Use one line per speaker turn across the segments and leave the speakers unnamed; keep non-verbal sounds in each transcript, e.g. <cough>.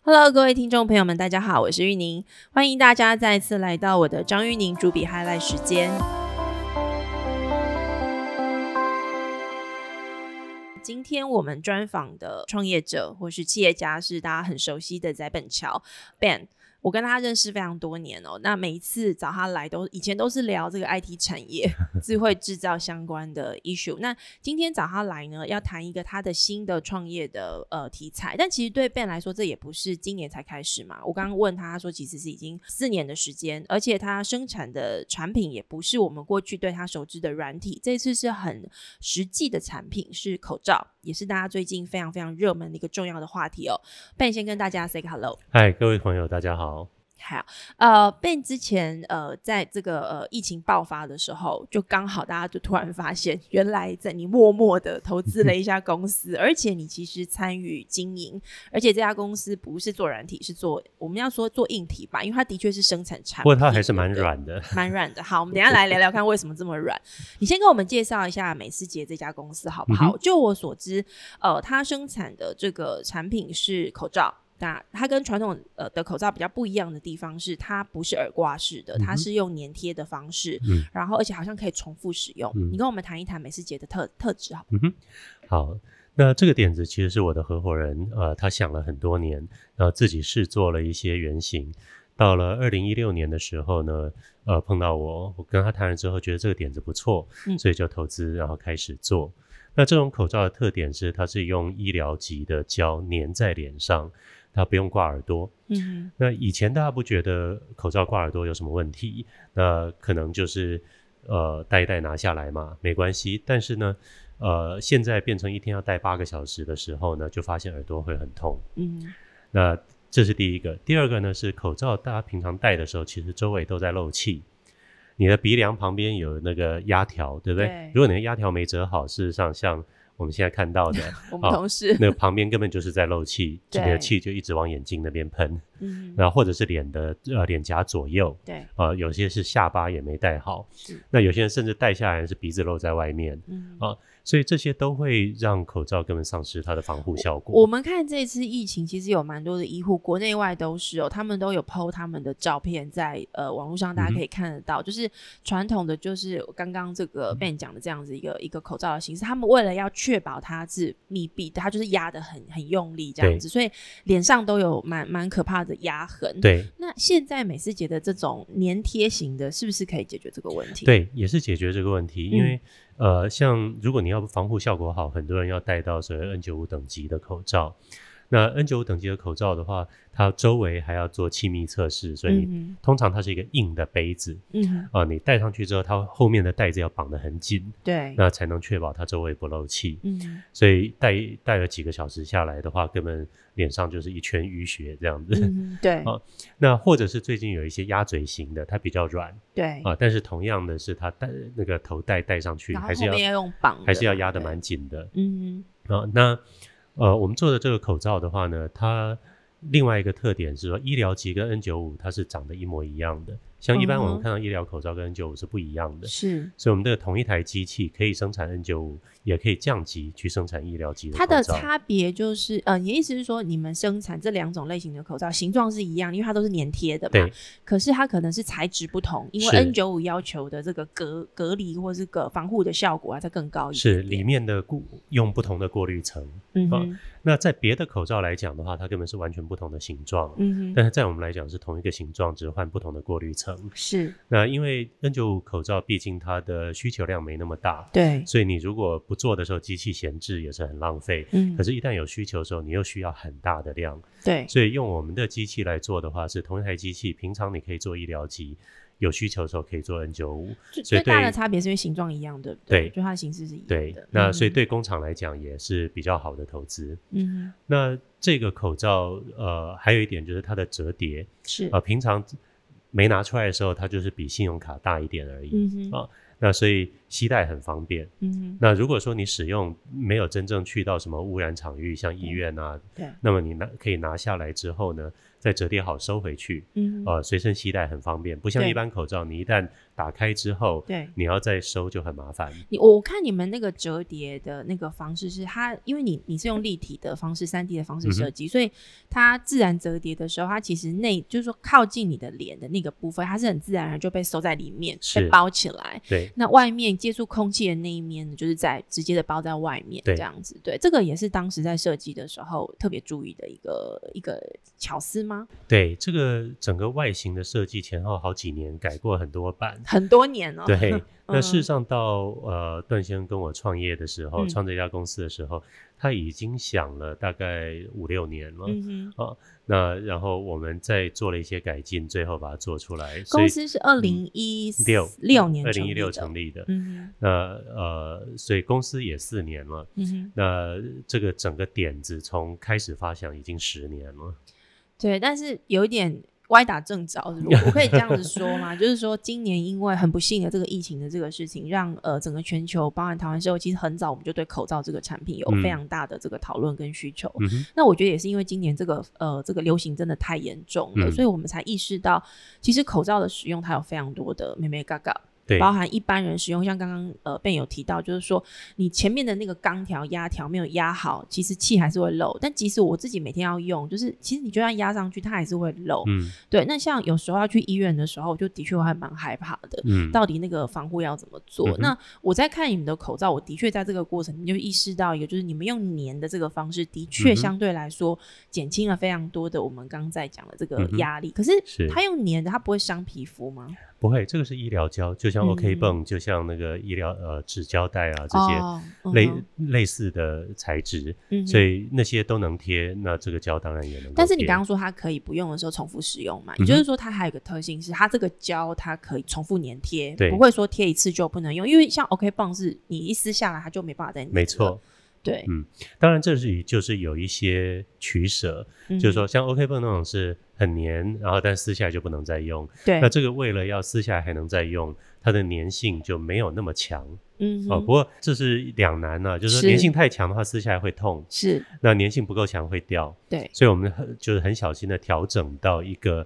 Hello，各位听众朋友们，大家好，我是玉宁，欢迎大家再次来到我的张玉宁主笔 highlight 时间。今天我们专访的创业者或是企业家是大家很熟悉的翟本桥 Ben。我跟他认识非常多年哦，那每一次找他来都以前都是聊这个 IT 产业、智慧制造相关的 issue。那今天找他来呢，要谈一个他的新的创业的呃题材，但其实对 Ben 来说，这也不是今年才开始嘛。我刚刚问他，他说其实是已经四年的时间，而且他生产的产品也不是我们过去对他熟知的软体，这次是很实际的产品，是口罩，也是大家最近非常非常热门的一个重要的话题哦。Ben 先跟大家 say 个 hello。
嗨，各位朋友，大家好。
好，呃，Ben 之前呃，在这个呃疫情爆发的时候，就刚好大家就突然发现，原来在你默默的投资
嗯
了一家公司，而且你其实参与经营，而且这家公司不是做软体，是做我们要说做硬体吧，因为它的确是生产产品，
不过它还是蛮
对不对，
软的。 <laughs>
蛮软的。好，我们等一下来聊聊看为什么这么软。你先跟我们介绍一下美思杰这家公司好不
嗯
好？就我所知，呃，它生产的这个产品是口罩。那它跟传统呃的口罩比较不一样的地方是，它不是耳挂式的，它是用粘贴的方式，
嗯
然后而且好像可以重复使用。
嗯
你跟我们谈一谈美思杰的特特质好不好？
嗯哼，好。那这个点子其实是我的合伙人，呃，他想了很多年，然后自己试做了一些原型。到了二零一六年的时候呢，呃，碰到我，我跟他谈了之后，觉得这个点子不错，
嗯
所以就投资，然后开始做。那这种口罩的特点是，它是用医疗级的胶粘在脸上，它不用挂耳朵，
嗯
那以前大家不觉得口罩挂耳朵有什么问题，那可能就是呃戴一戴拿下来嘛，没关系。但是呢，呃，现在变成一天要戴八个小时的时候呢，就发现耳朵会很痛。
嗯
那这是第一个。第二个呢是口罩，大家平常戴的时候，其实周围都在漏气。你的鼻梁旁边有那个压条，对不对？
对
如果你的压条没折好，事实上像我们现在看到
<laughs>
的，
我们
好
同事，
那旁边根本就是在漏气，你
对
的气就一直往眼睛那边喷。
嗯，
然后或者是脸的呃脸颊左右，
对，
呃，有些是下巴也没戴好
是，
那有些人甚至戴下来是鼻子露在外面，
嗯。
啊所以这些都会让口罩根本丧失它的防护效
我
果。
们看这次疫情，其实有蛮多的医护，国内外都是哦，他们都有 PO 他们的照片在呃网络上，大家
嗯哼
可以看得到。就是传统的，就是刚刚这
嗯
个被你讲的这样子一个一个口罩的形式，他们为了要确保它是密闭的，它就是压得很很用力这样子，所以脸上都有蛮蛮可怕的压痕。，
对
那现在美思杰的这种粘贴型的，是不是可以解决这个问题？，
对，也是解决这个问题，因
嗯
为、呃，像如果你要防护效果好，很多人要戴到所谓 N 9 5等级的口罩。那 N 9 5等级的口罩的话，它周围还要做气密测试，所以你、
嗯
通常它是一个硬的杯子
哼嗯哼，
啊、你戴上去之后，它后面的带子要绑得很紧，
对，
那才能确保它周围不漏气。
嗯哼
所以戴戴了几个小时下来的话，根本脸上就是一圈淤血这样子。
嗯哼，对
好 <laughs> 那或者是最近有一些鸭嘴型的，它比较软
对，
啊，但是同样的是它戴那个头戴戴上去
嗯然后
还
后
是要
面要用绑的嘛，
还是要压得
对
蛮紧的
嗯
啊。那呃，我们做的这个口罩的话呢，它另外一个特点是说，医疗级跟 N 9 5它是长得一模一样的。像一般
嗯
我们
哼
看到医疗口罩跟 N 9 5是不一样的
哼，，是。
所以我们这个同一台机器可以生产 N 9 5也可以降级去生产医疗级的
它
口
的
罩。
差别就是，呃，你的意思是说，你们生产这两种类型的口罩形状是一样，因为它都是粘贴的嘛
对。
可是它可能是材质不同，因为
是
N 9 5要求的这个隔隔离或这个防护的效果啊，它更高一点
是里面的过用不同的过滤层。
嗯哼，
那在别的口罩来讲的话，它根本是完全不同的形状，
嗯哼，
但是在我们来讲是同一个形状，只是换不同的过滤层。
是
那因为 N 9 5口罩毕竟它的需求量没那么大，
对，
所以你如果不做的时候，机器闲置也是很浪费。
嗯
可，是，一旦有需求的时候，你又需要很大的量，
对，
所以用我们的机器来做的话，是同一台机器，平常你可以做医疗级，有需求的时候可以做 N 9 5
最
所
最
以
大
对
的差别是因为形状一样，对不对？
对
就它的形式是一样
对
的。，
那所以
嗯
对工厂来讲也是比较好的投资。
嗯哼
那这个口罩，呃，还有一点就是它的折叠，
是
呃，平常没拿出来的时候，它就是比信用卡大一点而已。
嗯哼
啊那所以携带很方便。
嗯
那如果说你使用没有真正去到什么污染场域，像医院啊，
对
那么你拿可以拿下来之后呢，再折叠好收回去，
嗯，
呃，随身携带很方便，不像
对
一般口罩，你一旦打开之后，
对
你要再收就很麻烦。
你我看你们那个折叠的那个方式是它，因为你你是用立体的方式、三 D 的方
嗯
式设计，所以它自然折叠的时候，它其实内就是说靠近你的脸的那个部分，它是很自然而然就被收在里面，
是
被包起来。
对，
那外面接触空气的那一面呢，就是在直接的包在外面，
对
这样子。对，这个也是当时在设计的时候特别注意的一个一个巧思吗？
对，这个整个外形的设计前后好几年改过很多版，
<laughs> 很多年哦、
对，那
嗯
事实上到呃段先生跟我创业的时候，
嗯
创这家公司的时候，他已经想了大概五六年了。
嗯哼。
那然后我们再做了一些改进，最后把它做出来。所以嗯
公司是二零一
六嗯
六年
二零一六
成
成
立的，
立的。
嗯
那呃，所以公司也四年了。
哼，嗯哼。
那这个整个点子从开始发想已经十年了。
对，但是有一点歪打正着，是不是我可以这样
<laughs>
子说吗？就是说，今年因为很不幸的这个疫情的这个事情，让呃整个全球，包含台湾社会，其实很早我们就对口罩这个产品有
嗯
非常大的这个讨论跟需求。
嗯哼，
那我觉得也是因为今年这个呃这个流行真的太严重了，
嗯
所以我们才意识到，其实口罩的使用它有非常多的妹妹嘎嘎，
对，
包含一般人使用，像刚刚呃 Ben 有提到，就是说你前面的那个钢条压条没有压好，其实气还是会漏。但即使我自己每天要用，就是其实你就算压上去，它还是会漏。
嗯
对，那像有时候要去医院的时候，就的确我还蛮害怕的。
嗯，
到底那个防护要怎么做？
嗯哼
那我在看你们的口罩，我的确在这个过程你就意识到一个，就是你们用粘的这个方式，的确
嗯哼
相对来说减轻了非常多的我们刚刚在讲的这个
嗯哼
压力。可是
是
它用粘的，它不会伤皮肤吗？
不会，这个是医疗胶，就像 OK
嗯
绷，就像那个医疗呃纸胶带啊这些。
哦嗯
类
哼
类似的材质，
嗯哼
所以那些都能贴，那这个胶当然也能够贴。
但是你刚刚说它可以不用的时候重复使用
嗯
嘛，也就是说它还有一个特性是它这个胶它可以重复粘贴，
对
不会说贴一次就不能用，因为像 OK 棒是你一撕下来它就没办法再粘，
没，错，
对，
当然这是就是有一些取舍，
嗯
就是说像 OK 绷那种是很粘，然后但撕下来就不能再用。
对
那，这个为了要撕下来还能再用，它的粘性就没有那么强
嗯哼
哦。不过这是两难呢、就是
是
说粘性太强的话，撕下来会痛；
是
那粘性不够强会掉。
对，
所以我们很就是很小心的调整到一个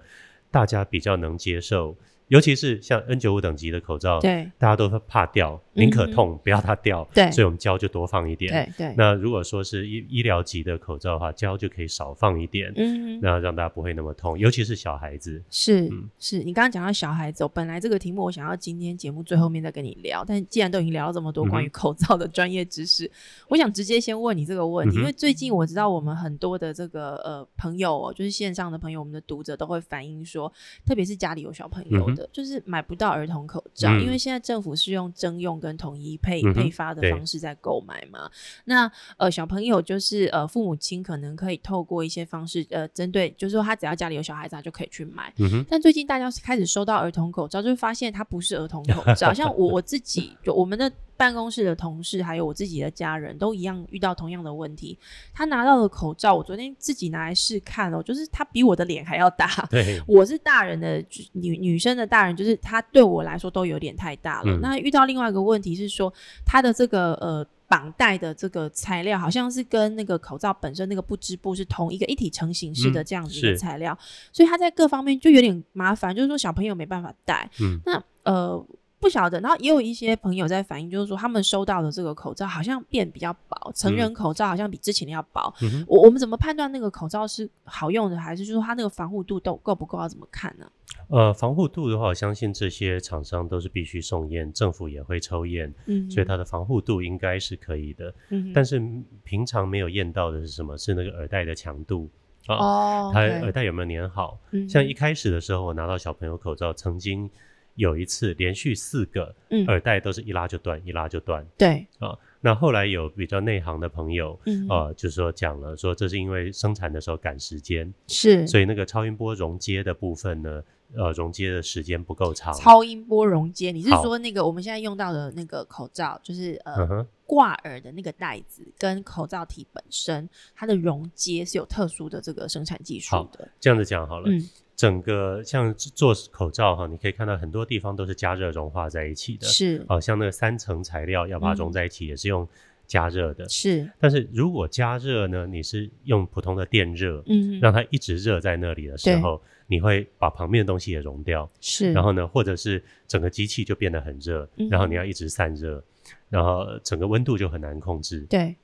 大家比较能接受，尤其是像 N 9 5等级的口罩，
对，
大家都怕掉，宁可
嗯哼
痛不要它掉，
对
所以我们胶就多放一点。
对，对，
那如果说是医医疗级的口罩的话，胶就可以少放一点，
嗯哼。
那让大家不会那么痛，尤其是小孩子。
是
嗯
是，你刚刚讲到小孩子、哦，本来这个题目我想要今天节目最后面再跟你聊，但既然都已经聊到这么多关于
嗯
口罩的专业知识，我想直接先问你这个问题，
嗯哼
因为最近我知道我们很多的这个呃朋友哦，就是线上的朋友，我们的读者都会反映说，特别是家里有小朋友的，就是买不到儿童口罩，因为
嗯
现在政府是用征用跟统一配、
嗯哼
配发的
对
方式在购买嘛，那呃，小朋友就是呃，父母亲可能可以透过一些方式，呃，针对就是说他只要家里有小孩子，他就可以去买。
嗯哼，
但最近大家开始收到儿童口罩，就会发现它不是儿童口
<laughs>
罩。像我我自己，就我们的办公室的同事，还有我自己的家人，都一样遇到同样的问题。他拿到的口罩，我昨天自己拿来试看哦，就是它比我的脸还要大。
对，
我是大人的就是女女生的大人，就是她对我来说都有点太大了。
嗯
那遇到另外一个问题是说，它的这个呃绑带的这个材料好像是跟那个口罩本身那个不织布是同一个一体成型式的
嗯
这样子的
是
材料，所以它在各方面就有点麻烦，就是说小朋友没办法戴。
嗯
那呃。不晓得，然后也有一些朋友在反映，就是说他们收到的这个口罩好像变比较薄，成人口罩好像比之前的要薄，
嗯哼。
我我们怎么判断那个口罩是好用的，还是就是它那个防护度够够不够？要怎么看呢？
呃，防护度的话，我相信这些厂商都是必须送验，政府也会抽验，
嗯
所以它的防护度应该是可以的。
嗯
但是平常没有验到的是什么？是那个耳带的强度啊，
哦，嗯
它耳带有没有粘好？像一开始的时候，我拿到小朋友口罩，曾经有一次连续四个
嗯
耳带都是一拉就断，一拉就断
对，
啊。那后来有比较内行的朋友。
嗯
啊，就说讲了，说这是因为生产的时候赶时间，
是
所以那个超音波溶接的部分呢，呃，溶接的时间不够长。
超音波溶接，你是
好
说那个我们现在用到的那个口罩，就是
嗯
呃
哼，
挂耳的那个带子跟口罩体本身，它的溶接是有特殊的这个生产技术
好
的。
这样子讲好了。
嗯
整个像做口罩哈，你可以看到很多地方都是加热融化在一起的，
是
好、像那个三层材料要把它融在一起，也是用加热的。
是，
但是如果加热呢，你是用普通的电热，
嗯，
让它一直热在那里的时候，你会把旁边的东西也融掉。
是，
然后呢，或者是整个机器就变得很热，
嗯
然后你要一直散热，然后整个温度就很难控制。
对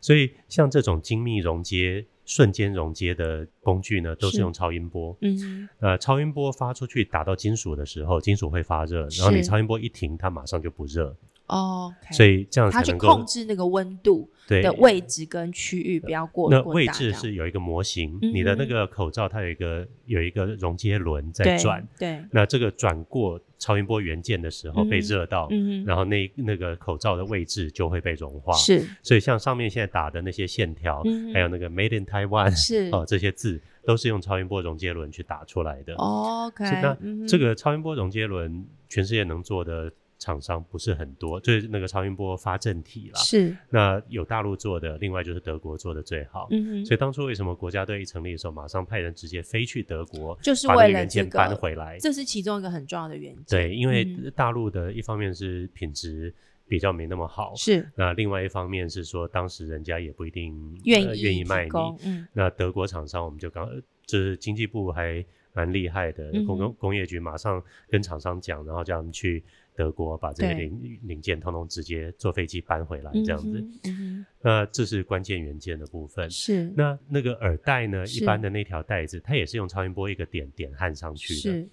所以像这种精密溶接、瞬间溶接的工具呢，都是
是
用超音波。
嗯
呃，超音波发出去打到金属的时候，金属会发热，然后你
是
超音波一停，它马上就不热，
哦，OK，
所以这样
它
才
去
能
控
够
制那个温度
对
的位置跟区域，不要过
那
过
位
大这
置
样
是有一个模型，
嗯
你的那个口罩它有一个有一个溶接轮在
对
转，，哦
对，
那这个转过超音波元件的时候被
嗯
热到，
嗯哼，
然后那那个口罩的位置就会被融化。，
是
所以像上面现在打的那些线条，
嗯
哦还有那个 Made in Taiwan
是
哦这些字，都是用超音波溶接轮去打出来的。
哦，OK，
是那
嗯哼
这个超音波溶接轮，全世界能做的厂商不是很多，就是那个超音波发正体啦。
是，
那有大陆做的，另外就是德国做的最好。
嗯
所
哼，
以当初为什么国家队一成立的时候，马上派人直接飞去德国，
就是
把那个
为了
原
这
件搬
个，
回来？
这是其中一个很重要的原因，
对，因为
嗯
大陆的一方面是品质比较没那么好，
是
那另外一方面是说当时人家也不一定
愿
呃
意
愿意
提
卖你
供。，嗯，
那德国厂商我们就刚呃就是经济部还蛮厉害的，
嗯
工
哼
工工业局马上跟厂商讲，然后叫他们去德国把这些
对
零零件通通直接坐飞机搬回来
嗯
这样子。
哼，嗯
那这是关键元件的部分
哼，。是
那那个耳带呢，一
是
般的那条带子，它也是用超音波一个点点焊上去的。
是，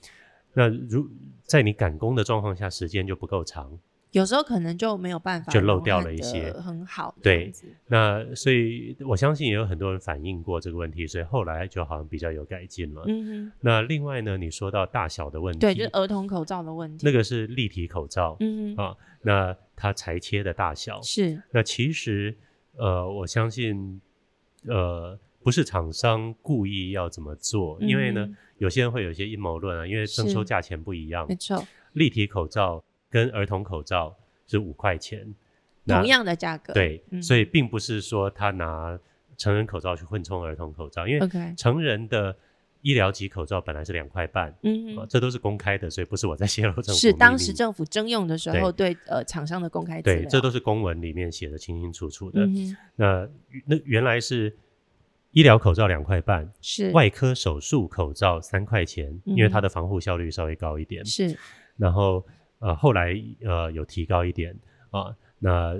那如在你赶工的状况下，时间就不够长。
有时候可能就没有办法
就漏
融
掉
合
了一
得
些
很好，
对，那所以我相信也有很多人反映过这个问题，所以后来就好像比较有改进了。
嗯哼，
那另外呢，你说到大小的问题，
对，就是儿童口罩的问题，
那个是立体口罩、
嗯哼，
啊，那它裁切的大小，
是
那其实呃，我相信呃。不是厂商故意要怎么做，因为呢
嗯，
有些人会有一些阴谋论啊，因为征收
是
价钱不一样
没，错，
立体口罩跟儿童口罩是五块钱，那
同样的价格，
对，
嗯
所以并不是说他拿成人口罩去混充儿童口罩，因为
，OK，
成人的医疗级口罩本来是两块半、
嗯
呃
哼。
这都是公开的，所以不是我在泄露政府
是当
秘
时
密
政府征用的时候对呃厂商的公开资料，
对，这都是公文里面写的清清楚楚的。
嗯哼
那那原来是医疗口罩两块半，
是
外科手术口罩三块钱，因为它
嗯
的防护效率稍微高一点。
是
然后呃后来呃有提高一点啊，那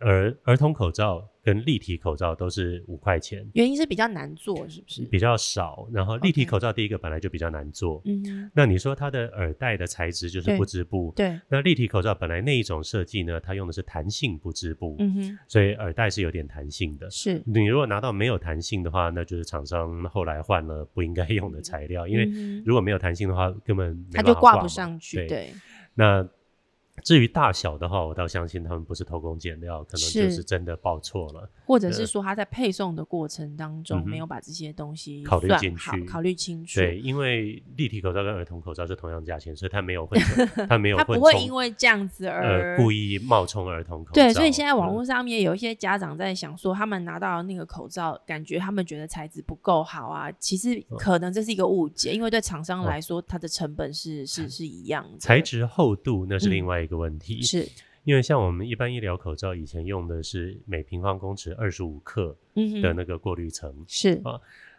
儿儿童口罩跟立体口罩都是五块钱，
原因是比较难做，是不是？
比较少。然后立体
OK
口罩第一个本来就比较难做，
嗯哼，
那你说它的耳带的材质就是
对
不织布。
对，
那立体口罩本来那一种设计呢，它用的是弹性不织布，
嗯哼，
所以耳带是有点弹性的。
是
你如果拿到没有弹性的话，那就是厂商后来换了不应该用的材料，因为
嗯哼
如果没有弹性的话，根本没
它
办
就
法
挂
嘛
不上去，对，
那至于大小的话，我倒相信他们不是偷工减料，可能就是
是
真的报错了。
或者是说他在配送的过程当中
呃嗯哼
没有把这些东西
考虑
算
进
好
去
考虑清楚，
对，因为立体口罩跟儿童口罩是同样价钱，所以他没有混
<laughs>
成，他没有
他
混
不会
充
因为这样子
呃
而
故意冒充儿童口罩。
对，所以现在网
嗯
络上面有一些家长在想说，他们拿到那个口罩，感觉他们觉得材质不够好啊。其实
嗯
可能这是一个误解，因为对厂商来说，它的成本是是是一样的。
材质厚度那是
嗯
另外一个问题，
是，
因为像我们一般医疗口罩以前用的是每平方公尺二十五克
嗯
的
哼，
那个哦过滤层。
是，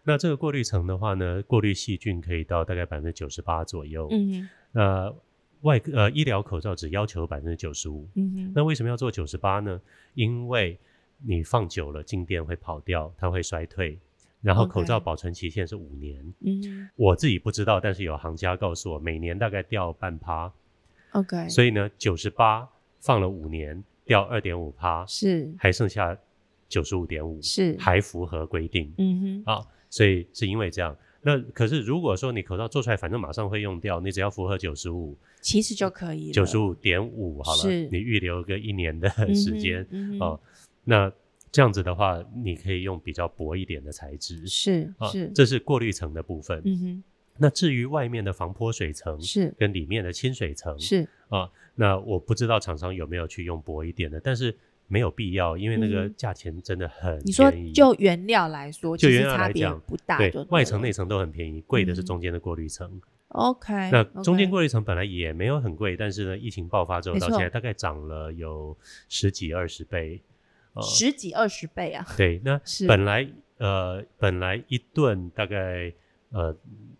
那这个过滤层的话呢，过滤细菌可以到大概百分之九十八左右。
嗯哼，
那外科呃医疗口罩只要求百分之九十五，
嗯哼，
那为什么要做九十八呢？因为你放久了，静电会跑掉，它会衰退。然后
OK
口罩保存期限是五年
嗯哼
我自己不知道，但是有行家告诉我，每年大概掉半趴，
，OK，
所以呢，九十八放了五年，掉二点五趴，
是
还剩下九十五点五，
是，
还符合规定
嗯哼，
啊。所以是因为这样。那可是如果说你口罩做出来，反正马上会用掉，你只要符合九十五、
其实就可以了，
九十五点五好了，
是
你预留个一年的
嗯哼
时间，，
嗯哼
哦，那这样子的话，你可以用比较薄一点的材质，
是
啊，
是，
这是过滤层的部分。
嗯
那至于外面的防泼水层
哼，是
跟里面的亲水层，
是，
那我不知道厂商有没有去用薄一点的，但是没有必要，因为那个
嗯
价钱真的很
你说
便宜
就原料来说，
就
其
原
实
料
差
来
别
讲
不大，
对
就
外层内
层
层都很便宜，贵的是
嗯哎
中间的过滤层。
OK，
那中间
OK
过滤层本来也没有很贵，但是呢，疫情爆发之后
没
到
错
现在大概涨了有十几二十倍。呃，
十几二十倍啊，
对，那
是
本来呃本来一顿大概呃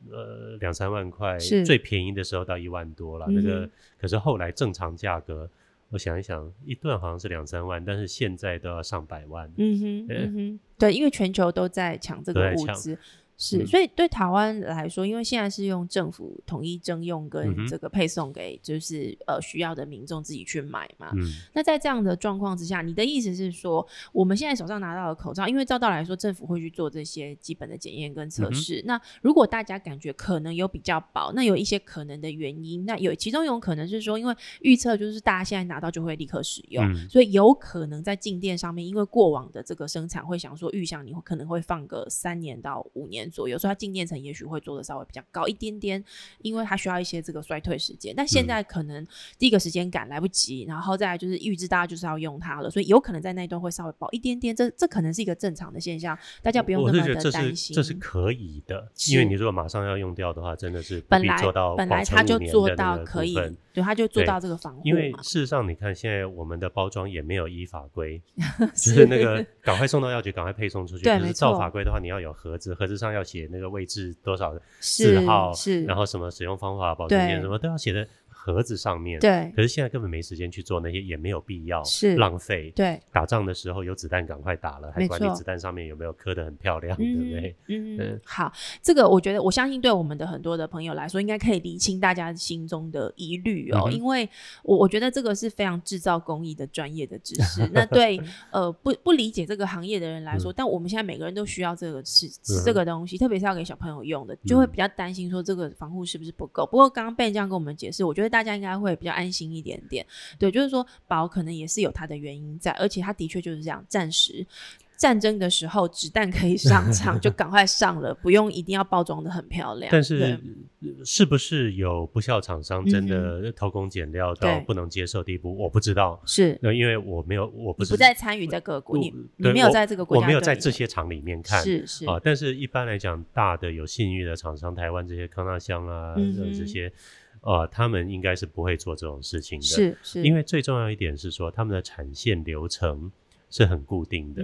呃两三万块，
是
最便宜的时候到一万多了。
嗯哼
那个可是后来正常价格，我想一想，一顿好像是两三万，但是现在都要上百万。
嗯哼，
对
嗯哼，对，因为全球都在抢这
都
个
在
物
抢
资，是，
嗯
所以对台湾来说，因为现在是用政府统一征用
嗯
跟
哼
这个配送给就是呃需要的民众自己去买嘛。
嗯，
那在这样的状况之下，你的意思是说，我们现在手上拿到的口罩，因为照道来说，政府会去做这些基本的检验跟测
嗯哼
试。那如果大家感觉可能有比较薄，那有一些可能的原因，那有其中一种可能是说，因为预测就是大家现在拿到就会立刻使用，
嗯
所以有可能在进店上面，因为过往的这个生产会想说，预想你会可能会放个三年到五年左右，所以它进店层也许会做的稍微比较高一点点，因为它需要一些这个衰退时间。但
嗯
现在可能第一个时间赶来不及，然后再来就是预知大家就是要用它了，所以有可能在那一段会稍微薄一点点，这这可能是一个正常的现象，大家不用
我
那
是
么
觉得
的
这
担
是
心。
这是可以的，
是
因为你如果马上要用掉的话，真的是不
本
必
来
做到
本来
保存
他就
五年
做
的那
到
个部
可以
分，
对，他就做
对
到这个防护
因为
嘛，
事实上，你看现在我们的包装也没有依法规，
<laughs>
就是那个赶快送到药局，赶快配送出去。
对
可
没
是
错
照法规的话，你要有盒子，盒子上要写那个位置多少
是
字号，
是，
然
后
后什么使用方法、保存
对
面什么都要写在盒子上面。
对
可是现在根本没时间去做那些，也没有必要，
是
浪费。
对，
打仗的时候有子弹赶快打了，还
没
管你
错
子弹上面有没有刻的很漂亮，对
嗯
不对？ <laughs>
嗯
嗯
好，这个我觉得我相信对我们的很多的朋友来说，应该可以厘清大家心中的疑虑哦，
嗯哼
因为我我觉得这个是非常制造工艺的专业的知识。
<laughs>
那对呃不不理解这个行业的人来说，但我们现在每个人都需要这个吃吃
嗯
这个东西，特别是要给小朋友用的，就会
嗯
比较担心说这个防护是不是不够。不过刚刚贝这样跟我们解释，我觉得大家应该会比较安心一点点。对，就是说薄可能也是有它的原因在，而且它的确就是这样，暂时。战争的时候，子弹可以上场，就赶快上了，不用一定要包装的很漂亮。
但
对
是，呃是不是有不孝厂商真的偷工减料到
嗯对
不能接受地步？我不知道，
是
那因为我没有，嗯我不
你
是
不再参与这个国，你
我嗯
你
对
没有
我
在这个国
我
家
没
队里
有
面，
在这些厂里面看。
是是
啊，但是一般来讲，大的有信誉的厂商，台湾这些康纳香啊，
嗯
呃
哼
这些，呃，他们应该是不会做这种事情的，
是是，
因
为
为最重要一点是说，他们的产线流程是很固定的，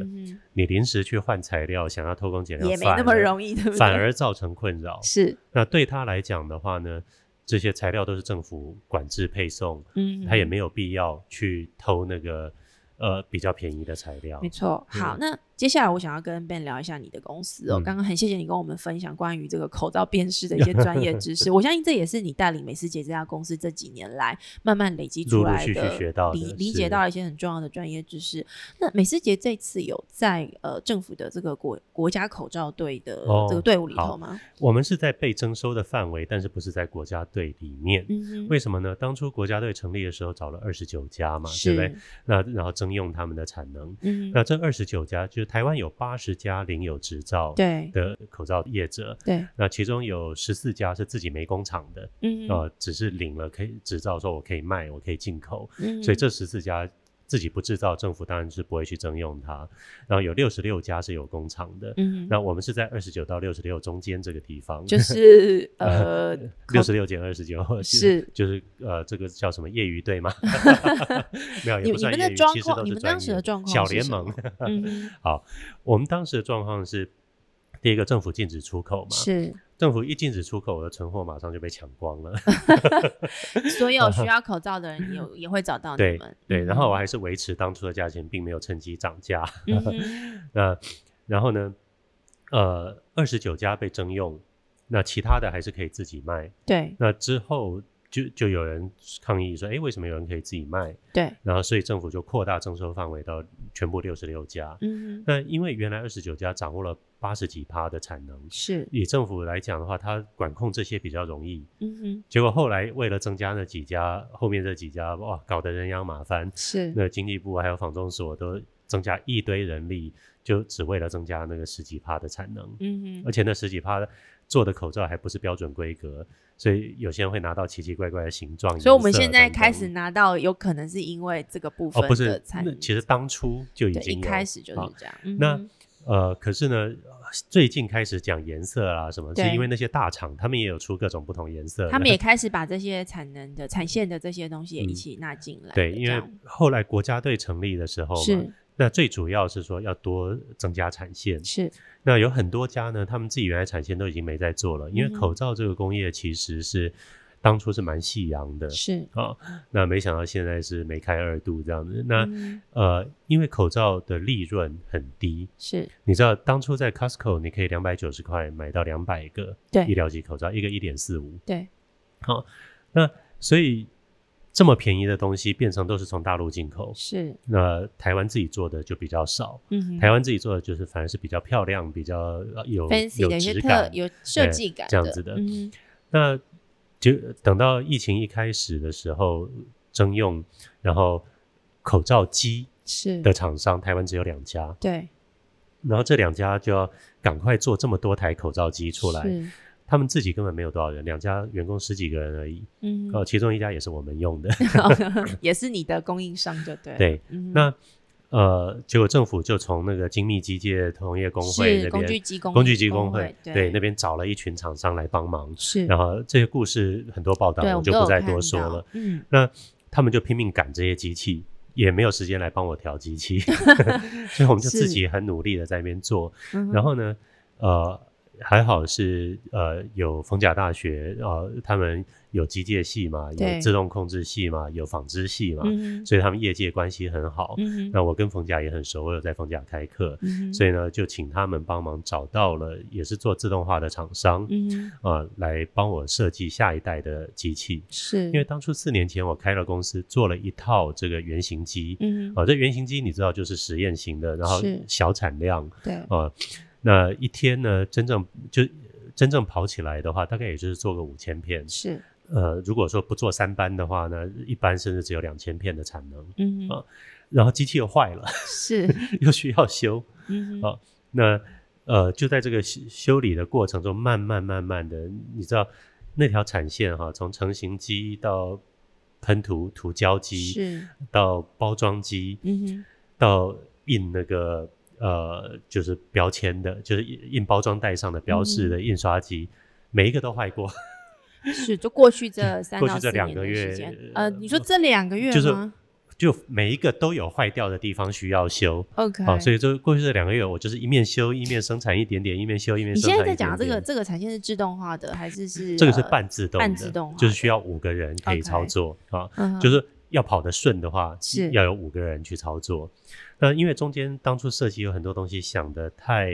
你临时去换材料，想要偷工减料，
嗯也没
反
那么
而
容易，对不对？
反而造成困扰。
是
那对他来讲的话呢，这些材料都是政府管制配送，
嗯，
他也没有必要去偷那个呃比较便宜的材料
没。错。好，
嗯
那接下来我想要跟 Ben 聊一下你的公司哦。
嗯
刚刚很谢谢你跟我们分享关于这个口罩辨识的一些专业知识，
<laughs>
我相信这也是你带领美思姐这家公司这几年来慢慢累积出
陆陆
来
续续学到的
理理
是
解到一些很重要的专业知识。那美思杰这次有在呃政府的这个国国家口罩队的
哦
这个队伍里头
好
吗？
我们是在被征收的范围，但是不是在国家队里面。
嗯哼，
为什么呢？当初国家队成立的时候找了二十九家嘛，对
是
不对？那然后征用他们的产能。
嗯哼，
那这二十九家，就是台湾有八十家领有执照
对
的口罩业者，
对，
那其中有十四家是自己没工厂的，
嗯哼，
呃，只是领了可以执照，说我可以卖，我可以进口。
嗯
所以
哼
这十四家自己不制造，政府当然是不会去征用它。然后有六十六家是有工厂的，
嗯哼，
那我们是在二十九到六十六中间这个地方，
就是
<laughs>
呃，
六十六减二十
<laughs>
九
是
就是呃这个叫什么业余
<laughs>
队吗？没有，
你
也不算
你们的
业余
状
其实
况
都
你
是
们
专
当时
业
的状况
小
是
联
什
盟
么。嗯哼，
好， <laughs> 我们当时的状况是，第一个政府禁止出口嘛，
是。
政府一禁止出口，我的存货马上就被抢
<laughs>
光了。
所有
<laughs>
需要口罩的人也也会找到你
对
们。
对，
嗯
然后我还是维持当初的价钱，并没有趁机涨价。
嗯
<laughs>
哼
那然后呢，呃，二十九家被征用，那其他的还是可以自己卖。
对
那之后就就有人抗议说，哎，为什么有人可以自己卖？
对，
然后所以政府就扩大征收范围到全部六十六家。 <laughs>
嗯哼，
那因为原来二十九家掌握了八十几趴的产能，
是，
以政府来讲的话，它管控这些比较容易。
嗯哼，
结果后来为了增加那几家，后面这几家哇，搞得人仰马翻。
是，
那经济部啊还有纺中所都增加一堆人力，就只为了增加那个十几趴的产能，
嗯
而
哼，
且那十几趴的做的口罩还不是标准规格，所以有些人会拿到奇奇怪怪的形状。
所以我们
颜色
现在
等等
开始拿到，有可能是因为这个部
啊哦，
分的
不是，
产
那
品，
其实当初就已
对
经
一
有
开始就
好
是这样。嗯
那
哼
呃，可是呢，最近开始讲颜色啊什么，是
对
因为那些大厂他们也有出各种不同颜色的，
他们也开始把这些产能的产线的这些东西也
嗯
一起纳进来了，
对，
这
因为
样
后来国家队成立的时候嘛，
是
那最主要是说要多增加产线。
是
那有很多家呢，他们自己原来产线都已经没在做了，因为
嗯
口罩这个工业其实是当初是蛮夕阳的
是，
啊、那没想到现在是梅开二度这样子。那、
嗯
呃，因为口罩的利润很低，
是
你知道当初在 Costco 你可以两百九十块买到两百个
对
医疗级口罩，一个一点四五。
对
好，那所以这么便宜的东西变成都是从大陆进口，
是，
那台湾自己做的就比较少。
嗯
台
哼，
湾自己做的就是反而是比较漂亮、比较呃有
fancy
有
的一些
质
特
感。哎
有设计感
这样子的
嗯哼
那就等到疫情一开始的时候征用，然后口罩机
是
的厂商台湾只有两家，
对
然后这两家就要赶快做这么多台口罩机出来，
是
他们自己根本没有多少人，两家员工十几个人而已。
嗯
呃，其中一家也是我们用的，
<laughs> 哼，也是你的供应商就对了，
对，
嗯哼
那呃，结果政府就从那个精密机械同业工会
是
那
工具
边，
机工
工具机
工
工会，对
对
那边找了一群厂商来帮忙。
是，
然后这些故事很多报道，
对我们
我就
都
不
有
再
看
多说
到
了。，
嗯
那他们就拼命赶这些机器，也没有时间来帮我调机器，
<laughs>
<laughs> 所以我们就自
是
己很努力的在那边做。
嗯哼
然后呢，呃，还好是呃有逢甲大学，呃，他们有机械系嘛，
对
有自动控制系嘛，有纺织系嘛，
嗯哼
所以他们业界关系很好。
嗯哼
那我跟冯甲也很熟，我有在冯甲开课，
嗯哼
所以呢就请他们帮忙找到了也是做自动化的厂商，
嗯哼
呃，来帮我设计下一代的机器。
是
因为当初四年前我开了公司，做了一套这个原型机，
嗯哼
啊，这原型机你知道就是实验型的，然后
是
小产量，
对
啊，那一天呢，真正就真正跑起来的话，大概也就是做个五千片。
是
呃，如果说不做三班的话呢，一班甚至只有两千片的产能。
嗯哼
啊然后机器又坏了， <laughs>
是
又需要修。
嗯哼
啊那呃，就在这个修修理的过程中，慢慢慢慢的，你知道那条产线哈、从成型机到喷涂涂胶机，
是
到包装机，
嗯哼
到印那个呃，就是标签的，就是印印包装袋上的
嗯
标示的印刷机，每一个都坏过。
是，就过去这三
嗯过
到
去
四
这
年
两个
的时
月
间，
呃
呃，你说这两个月
就是
吗
就每一个都有坏掉的地方需要修，
？OK，
好、哦所以就过去这两个月，我就是一面修一面生产一点点，一面修一面
你
生
现
产
在
一
在
点
讲
点。
的这个这个产线是自动化的还是是
这个是
呃
半自动的，
半自动化
就
的
是需要五个人可以
OK
操作啊，
嗯哼
就是要跑得顺的话，
是
要有五个人去操作。那因为中间当初设计有很多东西想的太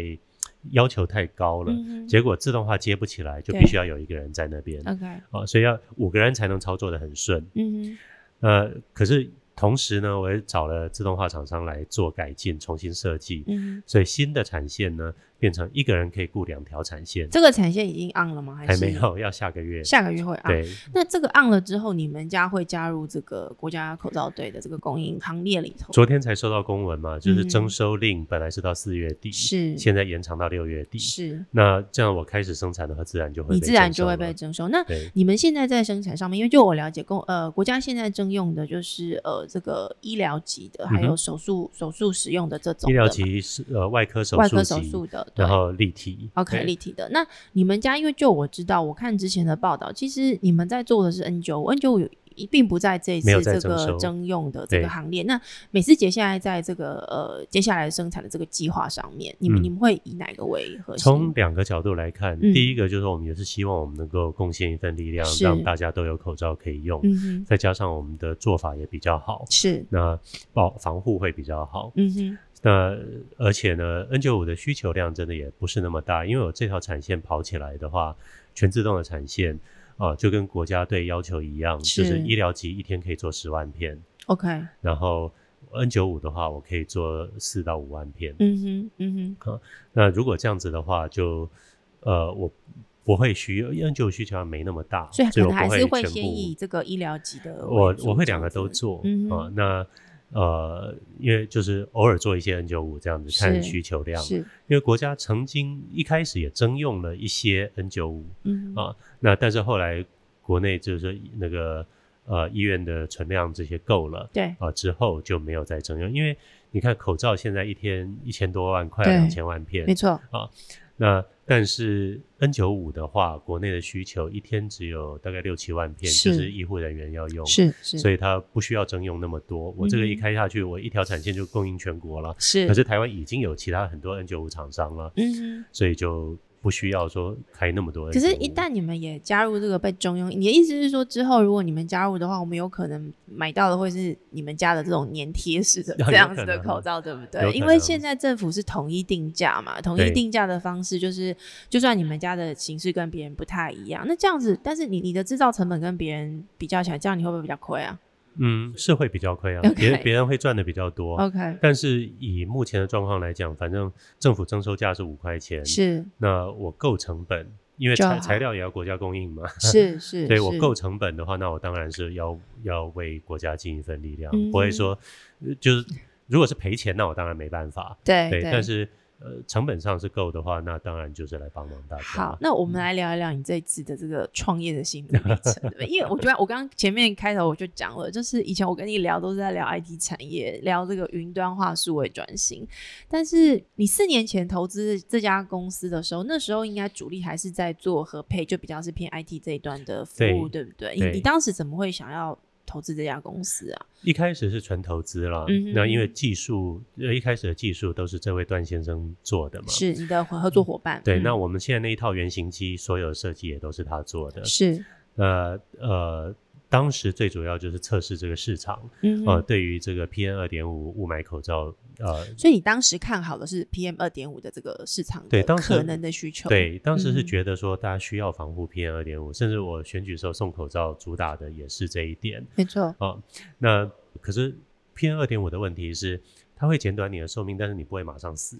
要求太高了，
嗯哼
结果自动化接不起来，就
对
必须要有一个人在那边
OK，
啊，所以要五个人才能操作的很顺。
嗯
呃，可是同时呢，我也找了自动化厂商来做改进，重新设计。
哼嗯哼，
所以新的产线呢，变成一个人可以雇两条产线，
这个产线已经 on 了吗？还
还
是
没有，要下个月。
下啊个月会 on？
对，
那这个 on 了之后，你们家会加入这个国家口罩队的这个供应行列里头？
昨天才收到公文嘛，就是
嗯
征收令本来是到四月底，
是
现在延长到六月底。
是，
那这样我开始生产的话，自然就会
你
被
自然
征收
就会被
了
征收。那
对
你们现在在生产上面，因为就我了解，公呃国家现在征用的就是呃这个医疗级的，还
嗯
有
哼
手术手术使用的这种
医疗
的嘛
级是呃外科手
外
术
科手
级，
术的，对
然后立体。
OK
对
立体的。那你们家因为就我知道，我看之前的报道，其实你们在做的是 N 九五，N 九五并不在这一
没有
次
在
这
征
个
收
征用的这
对
个行列。那美思杰现在在这个呃接下来生产的这个计划上面，你们、
嗯
你们会以哪个为核
从
心？
两个角度来看，
嗯
第一个就是我们也是希望我们能够贡献一份力量，
是
让大家都有口罩可以用，
嗯哼，
再加上我们的做法也比较好，
是，
那保防护会比较好。
嗯哼，
那而且呢，N 9 5的需求量真的也不是那么大，因为我这条产线跑起来的话，全自动的产线啊、就跟国家队要求一样，
是
就是医疗级一天可以做十万片，
OK，
然后 N 9 5的话，我可以做四到五万片。
嗯哼，嗯哼，
哦那如果这样子的话，就呃，我不会需要 N 9 5需求量没那么大，
所以可
我
能还
不
是
会
会
全
先以
部。
这个医疗级的为
我
主
我会
这
两
样
个都
子
做啊、
嗯哼
那呃，因为就是偶尔做一些 N 九五这样子，看
是
需求量。
是，
因为国家曾经一开始也征用了一些 N 九五，
嗯
啊那但是后来国内就是说那个呃医院的存量这些够了。
对，
啊、之后就没有再征用，因为你看口罩现在一天一千多万块，
对
两千万片
没，错，
那但是 N 九五的话，国内的需求一天只有大概六七万片，
是
就是医护人员要用，
是是，
所
以
以它不需要征用那么多。我这个一开下去，我一条产线就供应全国了。
是
可是台湾已经有其他很多 N 九五厂商了，
嗯哼。
所以就不需要说开那么多 N95。
可是，一旦你们也加入这个被中庸，你的意思是说，之后如果你们加入的话，我们有可能买到的会是你们家的这种粘贴式的
<laughs> 有
这样子
可
的
能
口罩，对不
有
对？
可
因为
能
现在政府是统一定价嘛，统一
对
定价的方式就是，就算你们家的形式跟别人不太一样，那这样子，但是你你的制造成本跟别人比较起来，这样你会不会比较亏啊
嗯，是会比较亏啊
OK，
别人别人会赚的比较多。啊
？OK，
但是以目前的状况来讲，反正政府征收价是五块钱，
是
那我够成本，因为
就
材
好
材料也要国家供应嘛，
是是，
<laughs> 所以我
是
够成本的话，那我当然是要要为国家尽一份力量，
嗯
不会说呃就是如果是赔钱，那我当然没办法。
对
对，但是呃成本上是够的话，那当然就是来帮忙大家。
好，，那我
嗯
们来聊一聊你这一次的这个创业的心路历程，对不对
<laughs>
因为我觉得我刚刚前面开头我就讲了，就是以前我跟你聊都是在聊 IT 产业，聊这个云端化数位转型，但是你四年前投资这家公司的时候，那时候应该主力还是在做合配，就比较是偏 IT 这一段的服务，对不对？
对嗯
你你当时怎么会想要投资这家公司啊？
一开始是纯投资啦，
嗯哼
那因为技术呃一开始的技术都是这位段先生做的嘛。
是你的合合作伙伴？
对，
嗯
那我们现在那一套原型机所有的设计也都是他做的。
是
呃呃，当时最主要就是测试这个市场，
嗯
呃，
哼，
对于这个 PM 二点五雾霾口罩，呃，
所以你当时看好的是 PM 二点五的这个市场的
对当时
可能的需求，
对，当时是
嗯
觉得说大家需要防护 PM 二点五，甚至我选举时候送口罩主打的也是这一点
没错。
啊、那可是 PM 二点五的问题是，它会减短你的寿命，但是你不会马上死，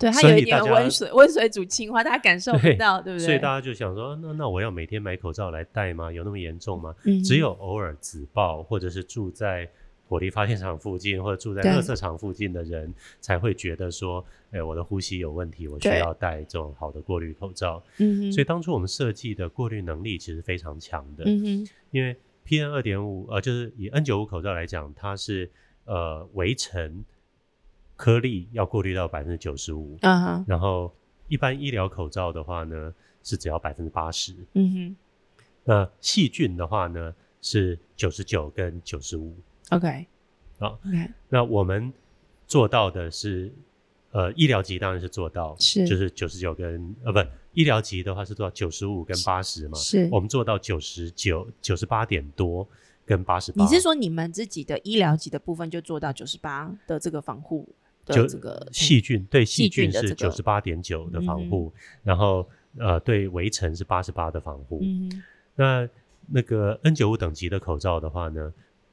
对，它
所
有一
以
点
大家
温水温水煮青蛙，大家感受不
对
到，对不对？
所以大家就想说，那那我要每天买口罩来戴吗？有那么严重吗？
嗯
只有偶尔自爆或者是住在火力发电厂附近或者住在
对
垃圾场附近的人才会觉得说，哎、我的呼吸有问题，我需
对
要戴这种好的过滤口罩。
嗯哼，
所以当初我们设计的过滤能力其实非常强的，
嗯哼，
因为 PM 二点五呃，就是以 N 九五口罩来讲，它是呃围尘颗粒要过滤到百分之九十五，
啊哈，
然后一般医疗口罩的话呢是只要百分之八十，
嗯
那细菌的话呢是九十九跟九十五。
哼，OK，
好
，OK，
那我们做到的是，呃，医疗级当然是做到，
是
就是九十九跟呃不，医疗级的话是做到九十五跟八十嘛，
是
我们做到九十九九十八点多跟八十八，
你是说你们自己的医疗级的部分就做到九十八的这个防护的
就
这个
细菌对
细
细
菌
菌
的
是
这
九
个嗯
十八点九的防护，然后呃对围城是八十八的防护，
嗯哼，
那那个 N 九五等级的口罩的话呢，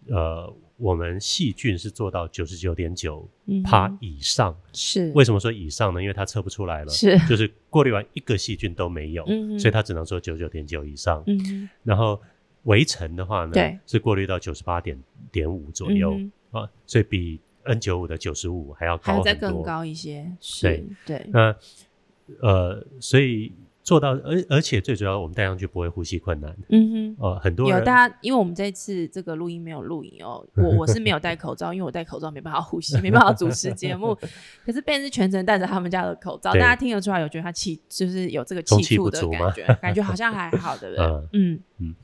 呃，我们细菌是做到九十九点九
嗯哼
帕以上。
是
为什么说以上呢？因为它测不出来了，
是
就是过滤完一个细菌都没有，
嗯哼
所以它只能说九九点九以上。
嗯哼
然后围城的话呢
对，
是过滤到九十八点点五左右、
嗯哼
啊，所以比 N 九五的九十五还要
还
高
要再
很多。
更高一些，是
对
对，
那呃，所以做到，而而且最主要，我们戴上去不会呼吸困难。
嗯哼。
呃，很多
有
人
大家，因为我们这次这个录音没有录影哦，我我是没有戴口罩，因为我戴口罩没办法呼吸，没办法主持节目。可是 Ben 是全程戴着他们家的口罩，大
对
家听得出来，有觉得他气就是有这个
中
气
气
吐
不
的
足吗
感觉，感觉好像还好，对不对
<laughs> 嗯？
嗯，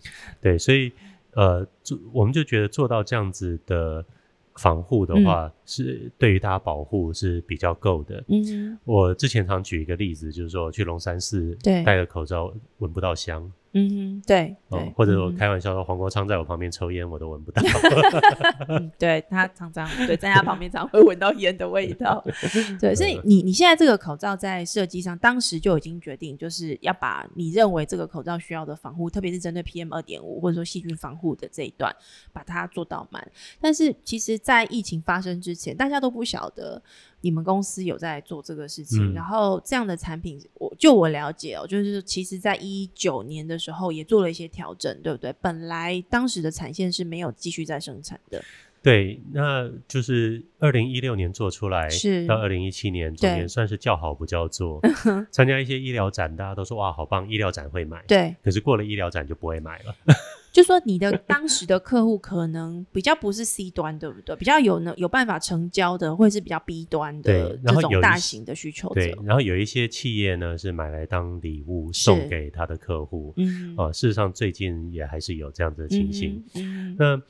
对，所以呃，做我们就觉得做到这样子的防护的话，是对于大家保护是比较够的。
嗯
我之前常举一个例子，就是说我去龙山寺
对
戴了口罩闻不到香
哼嗯哼，对
哦
对，
或者我
嗯哼
开玩笑说黄国昌在我旁边抽烟我都闻不到。 <laughs>
嗯对他常常对在他旁边常会闻到烟的味道， <laughs> 嗯对，所以你你现在这个口罩在设计上，当时就已经决定就是要把你认为这个口罩需要的防护，特别是针对 PM 二点五或者说细菌防护的这一段，把它做到满。但是其实，在疫情发生之前，大家都不晓得你们公司有在做这个事情，
嗯
然后这样的产品，我就我了解哦，就是其实在一九年的时候也做了一些调整，对不对？本来当时的产线是没有继续在生产的。
对，那就是二零一六年做出来，
是
到二零一七年中
对嗯
间算是叫好不叫座。参加一些医疗展，大家都说哇好棒，医疗展会买，
对，
可是过了医疗展就不会买了。
就说你的当时的客户可能比较不是 C 端，对不对？比较有能有办法成交的，会是比较 B 端的
对然
这
后
种
有一
大
些
型的需求
对
者。，
然后有一些企业呢是买来当礼物送给他的客户，
嗯，
啊、事实上最近也还是有这样子的情形。
嗯哼，嗯哼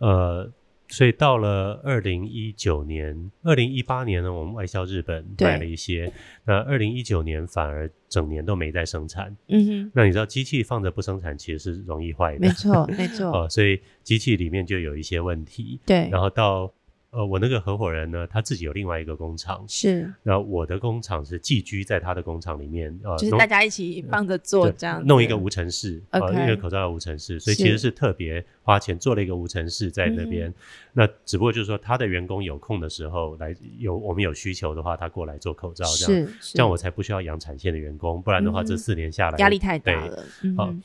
那呃，所以到了二零一九年、二零一八年呢，我们外销日本
对
买了一些，那二零一九年反而整年都没在生产。
嗯哼，
那你知道机器放着不生产其实是容易坏
没
的， <laughs>
错，没错，
哦，所以机器里面就有一些问题。
对，
然后到呃，我那个合伙人呢，他自己有另外一个工厂，
是，
那我的工厂是寄居在他的工厂里面，呃，
就是
弄
大家一起帮着做
对
这样子，
弄一个无尘室，呃，
OK
因为口罩要无尘室，所以
是嗯
其实是特别花钱做了一个无尘室在那边。那只不过就是说，他的员工有空的时候来，有我们有需求的话，他过来做口罩这样。
是，是
这样我才不需要养产线的员工，不然的话，
嗯
这四年下来
压力太大
对哦
了，嗯
好
哼，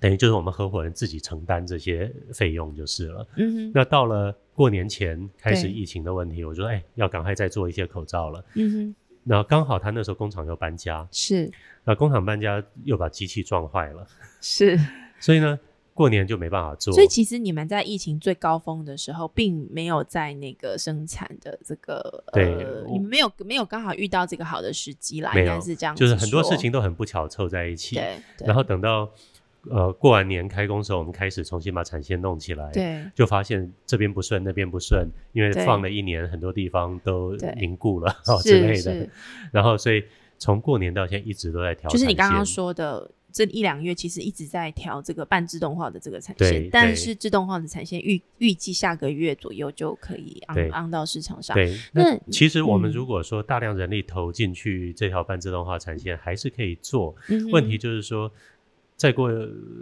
等于就是我们合伙人自己承担这些费用就是了。
嗯哼，
那到了过年前开始
对
疫情的问题，我就说，哎，要赶快再做一些口罩了。
嗯哼，
然后刚好他那时候工厂又搬家，
是
那工厂搬家又把机器撞坏了，
是，
所以呢，过年就没办法做。
所以其实你们在疫情最高峰的时候，并没有在那个生产的这个，
对
呃，
我
你们没有没有刚好遇到这个好的时机啦，
没
应
有
该是这样子
就
说，
是很多事情都很不巧凑在一起。
对，对，
然后等到呃过完年开工的时候，我们开始重新把产线弄起来，
对
就发现这边不顺那边不顺，因为
对
放了一年，很多地方都
对
凝固了哦之
是
类的。
是，
然后所以从过年到现在一直都在调，
就是你刚刚。说的。这一两个月其实一直在调这个半自动化的这个产
对
线，但
对
是自动化的产线预预计下个月左右就可以
对
on on 到市场上。
对，
那
那其实我们
嗯
如果说大量人力投进去这条半自动化产线，还是可以做。
嗯哼
问题就是说，再过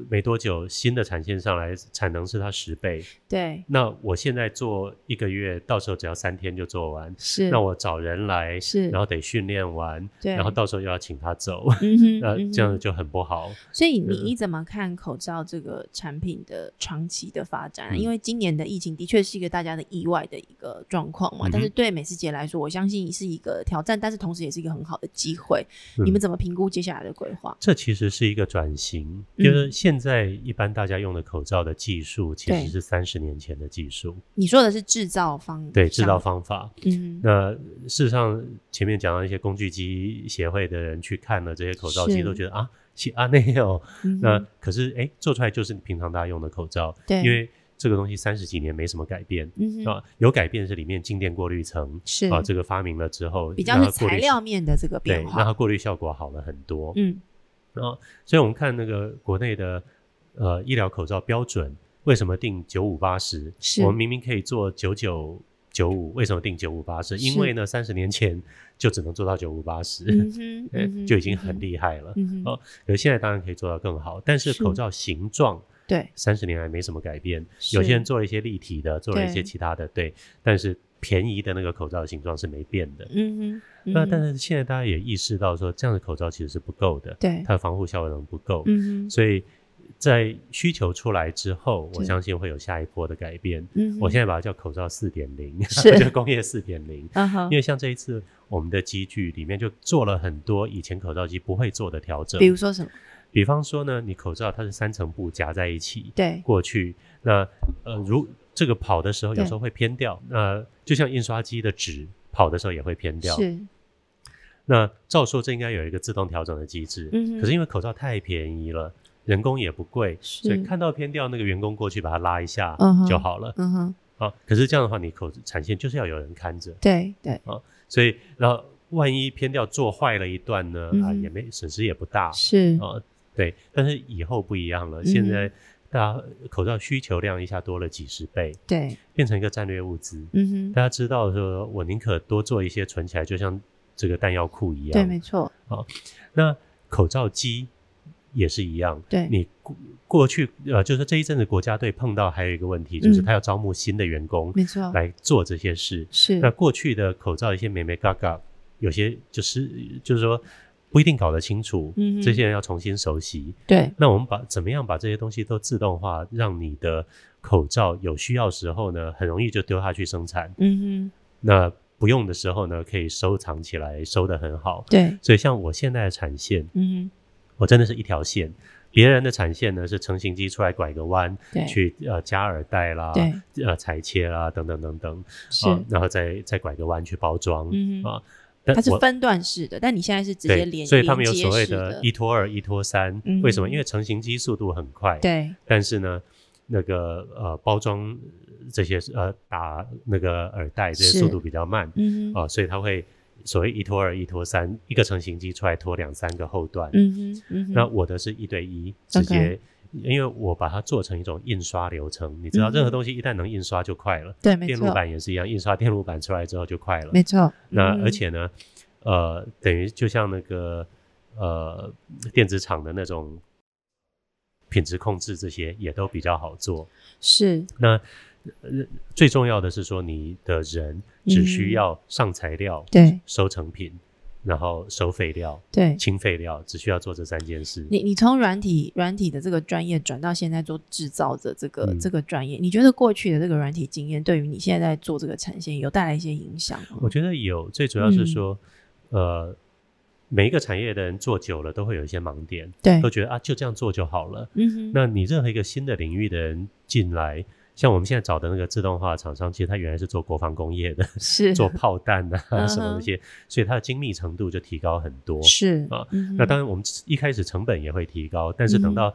没多久，新的产线上来，产能是它十倍。
对
那我现在做一个月，到时候只要三天就做完。
是，
那我找人来，
是
然后得训练完，
对
然后到时候又要请他走，
嗯哼
那
嗯
这样
哼
就很不好。
所以你
嗯
你怎么看口罩这个产品的长期的发展啊？
嗯
因为今年的疫情的确是一个大家的意外的一个状况嘛，
嗯哼
但是对美食节来说，我相信是一个挑战，但是同时也是一个很好的机会。
嗯
你们怎么评估接下来的规划？
这其实是一个转型，
嗯
就是现在一般大家用的口罩的技术，其
对
实是三十年前的技术，
你说的是制造方
对制造
方，
方法。
嗯哼，
那事实上，前面讲到一些工具机协会的人去看了这些口罩
是
机，都觉得啊，是啊那样哦。
嗯
那
哼
可是哎，做出来就是平常大家用的口罩，
对
因为这个东西三十几年没什么改变。
嗯哼
啊，有改变是里面静电过滤层
是
啊，这个发明了之后，
比较
让
是
它过
材
滤
料面的这个
对
变，
让它
化，
过滤效果好了很多。 <laughs>
嗯，
然后，所以我们看那个国内的呃医疗口罩标准，为什么定九五八十？
是
我们明明可以做九九九五，为什么定九五八十？因
是
为呢，三十年前就只能做到九五八十
嗯，哼
呃
嗯哼，
<laughs> 就已经很厉害了。
嗯哼，嗯哼
哦可是现在当然可以做到更好，但是
是
口罩形状
对，
三十年来没什么改变，
是
有些人做了一些立体的，做了一
对
些其他的，对，但是便宜的那个口罩形状是没变的。
嗯哼，嗯
那
哼
但是现在大家也意识到说，这样的口罩其实是不够的，
对，
它的防护效能不够。
嗯哼，
所以在需求出来之后，我
对
相信会有下一波的改变。
嗯哼，
我现在把它叫口罩四点零，
是
<laughs> 就工业四点零。
嗯哼
因，为像这一次我们的机具里面就做了很多以前口罩机不会做的调整，
比如说什么？
比方说呢，你口罩它是三层布夹在一起，
对，
过去那呃如这个跑的时候
对
有时候会偏掉，那、就像印刷机的纸跑的时候也会偏掉，
是，
那照说这应该有一个自动调整的机制，
嗯哼
可是因为口罩太便宜了，人工也不贵，
是
所以看到偏掉那个员工过去把它拉一下
嗯哼
就好了、
嗯哼，
啊。可是这样的话，你口产线就是要有人看着，
对对，
所以然后万一偏掉做坏了一段呢，
嗯
啊
哼
也没损失也不大
是，嗯
啊。对，但是以后不一样了，
哼
现在大家口罩需求量一下多了几十倍，
对，
变成一个战略物资。
嗯哼，
大家知道说，我宁可多做一些存起来，就像这个弹药库一样。
对，没错，
那口罩机也是一样，
对
你过过去呃，就是这一阵子国家队碰到还有一个问题，
嗯
就是他要招募新的员工
没错，
来做这些事。
嗯是
那过去的口罩一些美美嘎嘎，有些就是就是说不一定搞得清楚，
嗯哼
这些人要重新熟悉。
对，
那我们把怎么样把这些东西都自动化，让你的口罩有需要时候呢，很容易就丢下去生产。
嗯
那不用的时候呢，可以收藏起来，收得很好
哼，。对，
所以像我现在的产线，
嗯
我真的是一条线。别人的产线呢是成型机出来拐个弯
哼，对，
去呃加耳带啦，
对，
呃裁切啦等等等等，
是，
啊，然后再再拐个弯去包装，
嗯哼
啊，但
它是
我
分段式的，但你现在是直接
对，
连，
所以他们有
连接
所谓
式的
的一拖二、一拖三
嗯，
为什么？因为成型机速度很快，
对，
但是呢，那个呃包装这些呃打那个耳带这些
是
速度比较慢
嗯哼，
啊，所以它会所谓一拖二、一拖三，一个成型机出来拖两三个后段，
嗯哼，嗯哼，
那我的是一对一，直
OK
接，因为我把它做成一种印刷流程。你知道，
嗯
任何东西一旦能印刷就快了，
对，没
电路
错，
板也是一样，印刷电路板出来之后就快了。
没错，
那
嗯
而且呢，呃，等于就像那个呃电子厂的那种品质控制，这些也都比较好做。
是
那呃最重要的是说，你的人只需要上材料、
嗯对
收成品，然后收废料、
对。
清废料，只需要做这三件事。
你你从软体软体的这个专业转到现在做制造者这个、
嗯
这个专业，你觉得过去的这个软体经验对于你现在在做这个产线有带来一些影响吗？
我觉得有，最主
嗯
要是说，呃，每一个产业的人做久了都会有一些盲点，
对
都，觉得啊就这样做就好了。
嗯哼，
那你任何一个新的领域的人进来，像我们现在找的那个自动化厂商，其实他原来是做国防工业的，
<laughs> 是
做炮弹
嗯
啊
哼
什么那些，所以它的精密程度就提高很多。
是
啊
嗯哼
那当然，我们一开始成本也会提高，但是
嗯哼
等到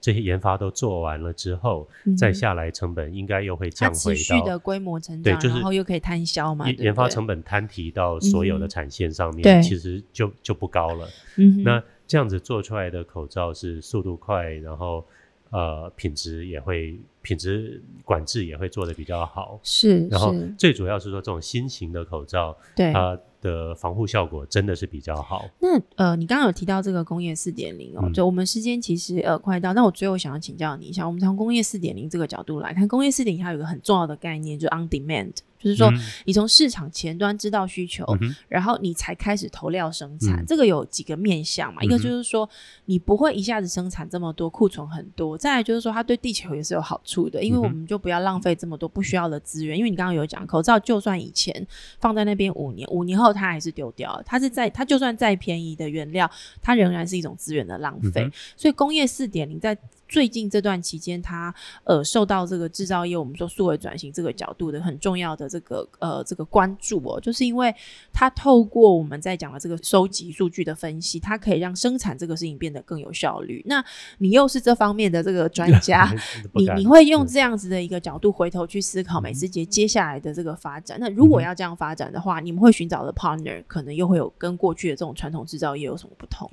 这些研发都做完了之后，再
嗯
下来成本应该又会
它
降回
持续的
到
规模成
对
长，
就是
然后又可以摊销嘛，
研
对
研
不
发
对
成本摊提到所有的
嗯
产线上
对
面，其实就就不高了。
嗯哼
那这样子做出来的口罩是速度快，然后呃品质也会品质管制也会做得比较好。
是
然后啊
是，
最主要是说这种新型的口罩，
对。
它的防护效果真的是比较好。
那呃，你刚刚有提到这个工业四点零哦，
嗯
就我们时间其实呃快到，那我最后想要请教你一下，我们从工业四点零这个角度来看，工业四点零它有一个很重要的概念，就是 on demand，就是说
嗯
你从市场前端知道需求，
嗯哼
然后你才开始投料生产。
嗯
这个有几个面向嘛，一个就是说你不会一下子生产这么多，库存很多；再来就是说它对地球也是有好处的，因为
嗯哼
我们就不要浪费这么多不需要的资源。因为你刚刚有讲，口罩就算以前放在那边五年，五年后它还是丢掉了，它是在它就算再便宜的原料，它仍然是一种资源的浪费。
嗯哼。
所以工业四点零在最近这段期间，它呃受到这个制造业我们说数位转型这个角度的很重要的这个呃这个关注哦，就是因为它透过我们在讲的这个收集数据的分析，它可以让生产这个事情变得更有效率。那你又是这方面的这个专家
<laughs>
啊
不
你
敢
你会用
嗯
这样子的一个角度回头去思考美食节接下来的这个发展。那如果要这样发展的话，你们会寻找的 partner 可能又会有跟过去的这种传统制造业有什么不同？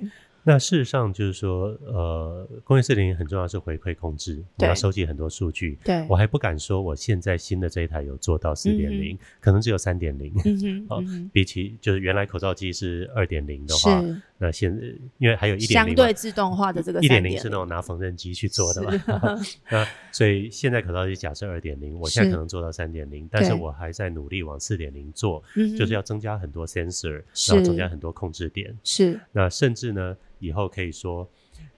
那事实上就是说，呃，工业四零很重要是回馈控制，你
对
要收集很多数据。
对
我还不敢说我现在新的这一台有做到四点零，可能只有三点零。 <laughs>
嗯哼，
好
嗯哼
比起就是原来口罩机是二点零的话，
是
那现因为还有一点
相
零
对自动化的这个
一点
3.0
零是那种拿缝纫机去做的
是
嘛， <laughs> 那所以现在口罩机假设二点零，我现在
是
可能做到三点零，但是
对
我还在努力往四点零做，
嗯
就是
哼
要增加很多 sensor，
是
然后增加很多控制点，
是
那甚至呢以后可以说。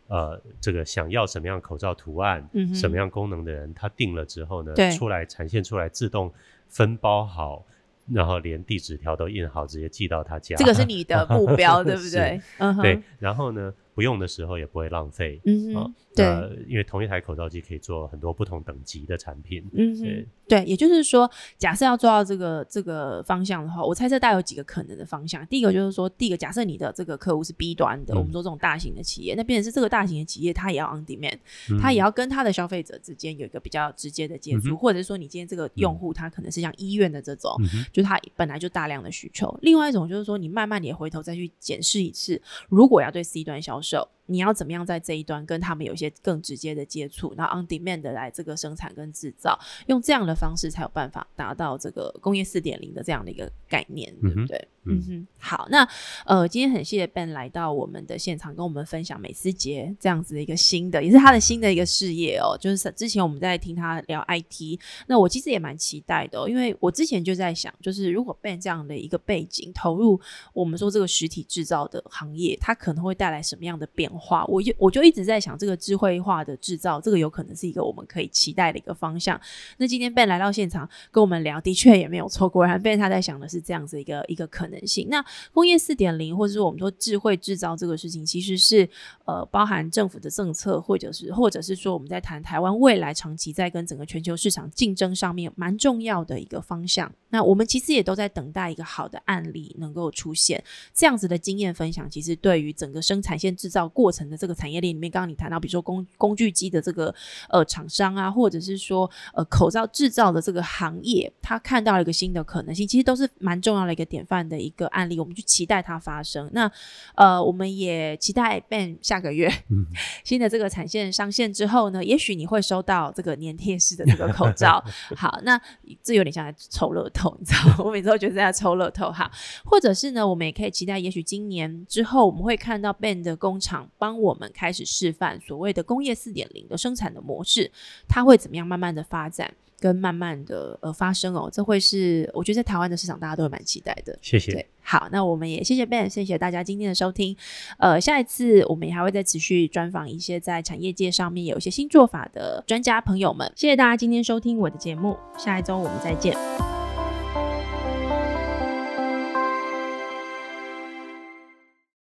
呃，这个想要什么样口罩图案、
嗯哼
什么样功能的人，他定了之后呢
对，
出来产线出来自动分包好，然后连地址条都印好，直接寄到他家。
这个是你的目 <laughs> 标，对不
是
对？嗯哼，
<laughs> 对，然后呢，不用的时候也不会浪费。
嗯
啊
哼，对。
那因为同一台口罩机可以做很多不同等级的产品。
嗯哼
对，
对，也就是说，假设要做到这个这个方向的话，我猜测大概有几个可能的方向。第一个就是说，第一个假设你的这个客户是 B 端的，
嗯
我们说这种大型的企业，那变成是这个大型的企业，它也要 on demand，、
嗯
它也要跟它的消费者之间有一个比较直接的接触，
嗯哼
或者说你今天这个用户，他可能是像医院的这种，
嗯哼
就它本来就大量的需求。另外一种就是说，你慢慢地也回头再去检视一次，如果要对 C 端销售，你要怎么样在这一端跟他们有一些更直接的接触，然后 on demand 的来这个生产跟制造，用这样的方式才有办法达到这个工业四点零的这样的一个概念，对
嗯哼
不对？
嗯
嗯哼，好，那呃，今天很谢谢 Ben 来到我们的现场，跟我们分享美思杰这样子的一个新的，也是他的新的一个事业哦。就是之前我们在听他聊 IT，那我其实也蛮期待的哦、因为我之前就在想，就是如果 Ben 这样的一个背景投入我们说这个实体制造的行业，它可能会带来什么样的变化？我就我就一直在想，这个智慧化的制造，这个有可能是一个我们可以期待的一个方向。那今天 Ben 来到现场跟我们聊，的确也没有错。果然 Ben 他在想的是这样子一个一个可能性。那工业四点零，或者是我们说智慧制造这个事情，其实是呃包含政府的政策，或者是或者是说我们在谈台湾未来长期在跟整个全球市场竞争上面蛮重要的一个方向。那我们其实也都在等待一个好的案例能够出现，这样子的经验分享，其实对于整个生产线制造过程的这个产业链里面，刚刚你谈到，比如说工工具机的这个呃厂商啊，或者是说呃口罩制造的这个行业，他看到了一个新的可能性，其实都是蛮重要的一个典范的一个案例，我们去期待它发生。那呃，我们也期待 Ben 下个月
嗯，
<laughs> 新的这个产线上线之后呢，也许你会收到这个粘贴式的这个口罩。好，那这有点像在抽乐透，你知道吗？我每次都觉得在抽乐透哈。或者是呢，我们也可以期待，也许今年之后我们会看到 Ben 的工厂帮我们开始示范所谓的工业四点零的生产的模式，它会怎么样慢慢的发展。跟慢慢的呃发生哦，这会是我觉得在台湾的市场大家都会蛮期待的。
谢谢。
对，好，那我们也谢谢 Ben，谢谢大家今天的收听。呃，下一次我们也还会再持续专访一些在产业界上面有一些新做法的专家朋友们。谢谢大家今天收听我的节目，下一周我们再见，